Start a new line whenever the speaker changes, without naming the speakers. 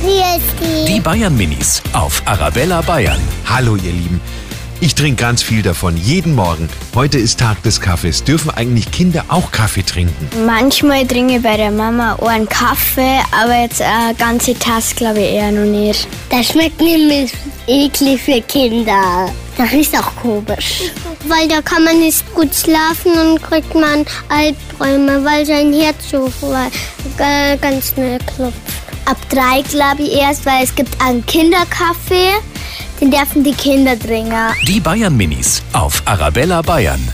Christi.
Die Bayern Minis auf Arabella Bayern.
Hallo ihr Lieben. Ich trinke ganz viel davon, jeden Morgen. Heute ist Tag des Kaffees. Dürfen eigentlich Kinder auch Kaffee trinken?
Manchmal trinke ich bei der Mama auch einen Kaffee, aber jetzt eine ganze Tasse glaube ich eher noch nicht.
Das schmeckt nämlich eklig für Kinder. Das riecht auch komisch.
Weil da kann man nicht gut schlafen und kriegt man Albträume, weil sein Herz so äh, ganz schnell klopft.
Ab drei glaube ich erst, weil es gibt einen Kinderkaffee, den dürfen die Kinder trinken.
Die Bayern Minis auf Arabella Bayern.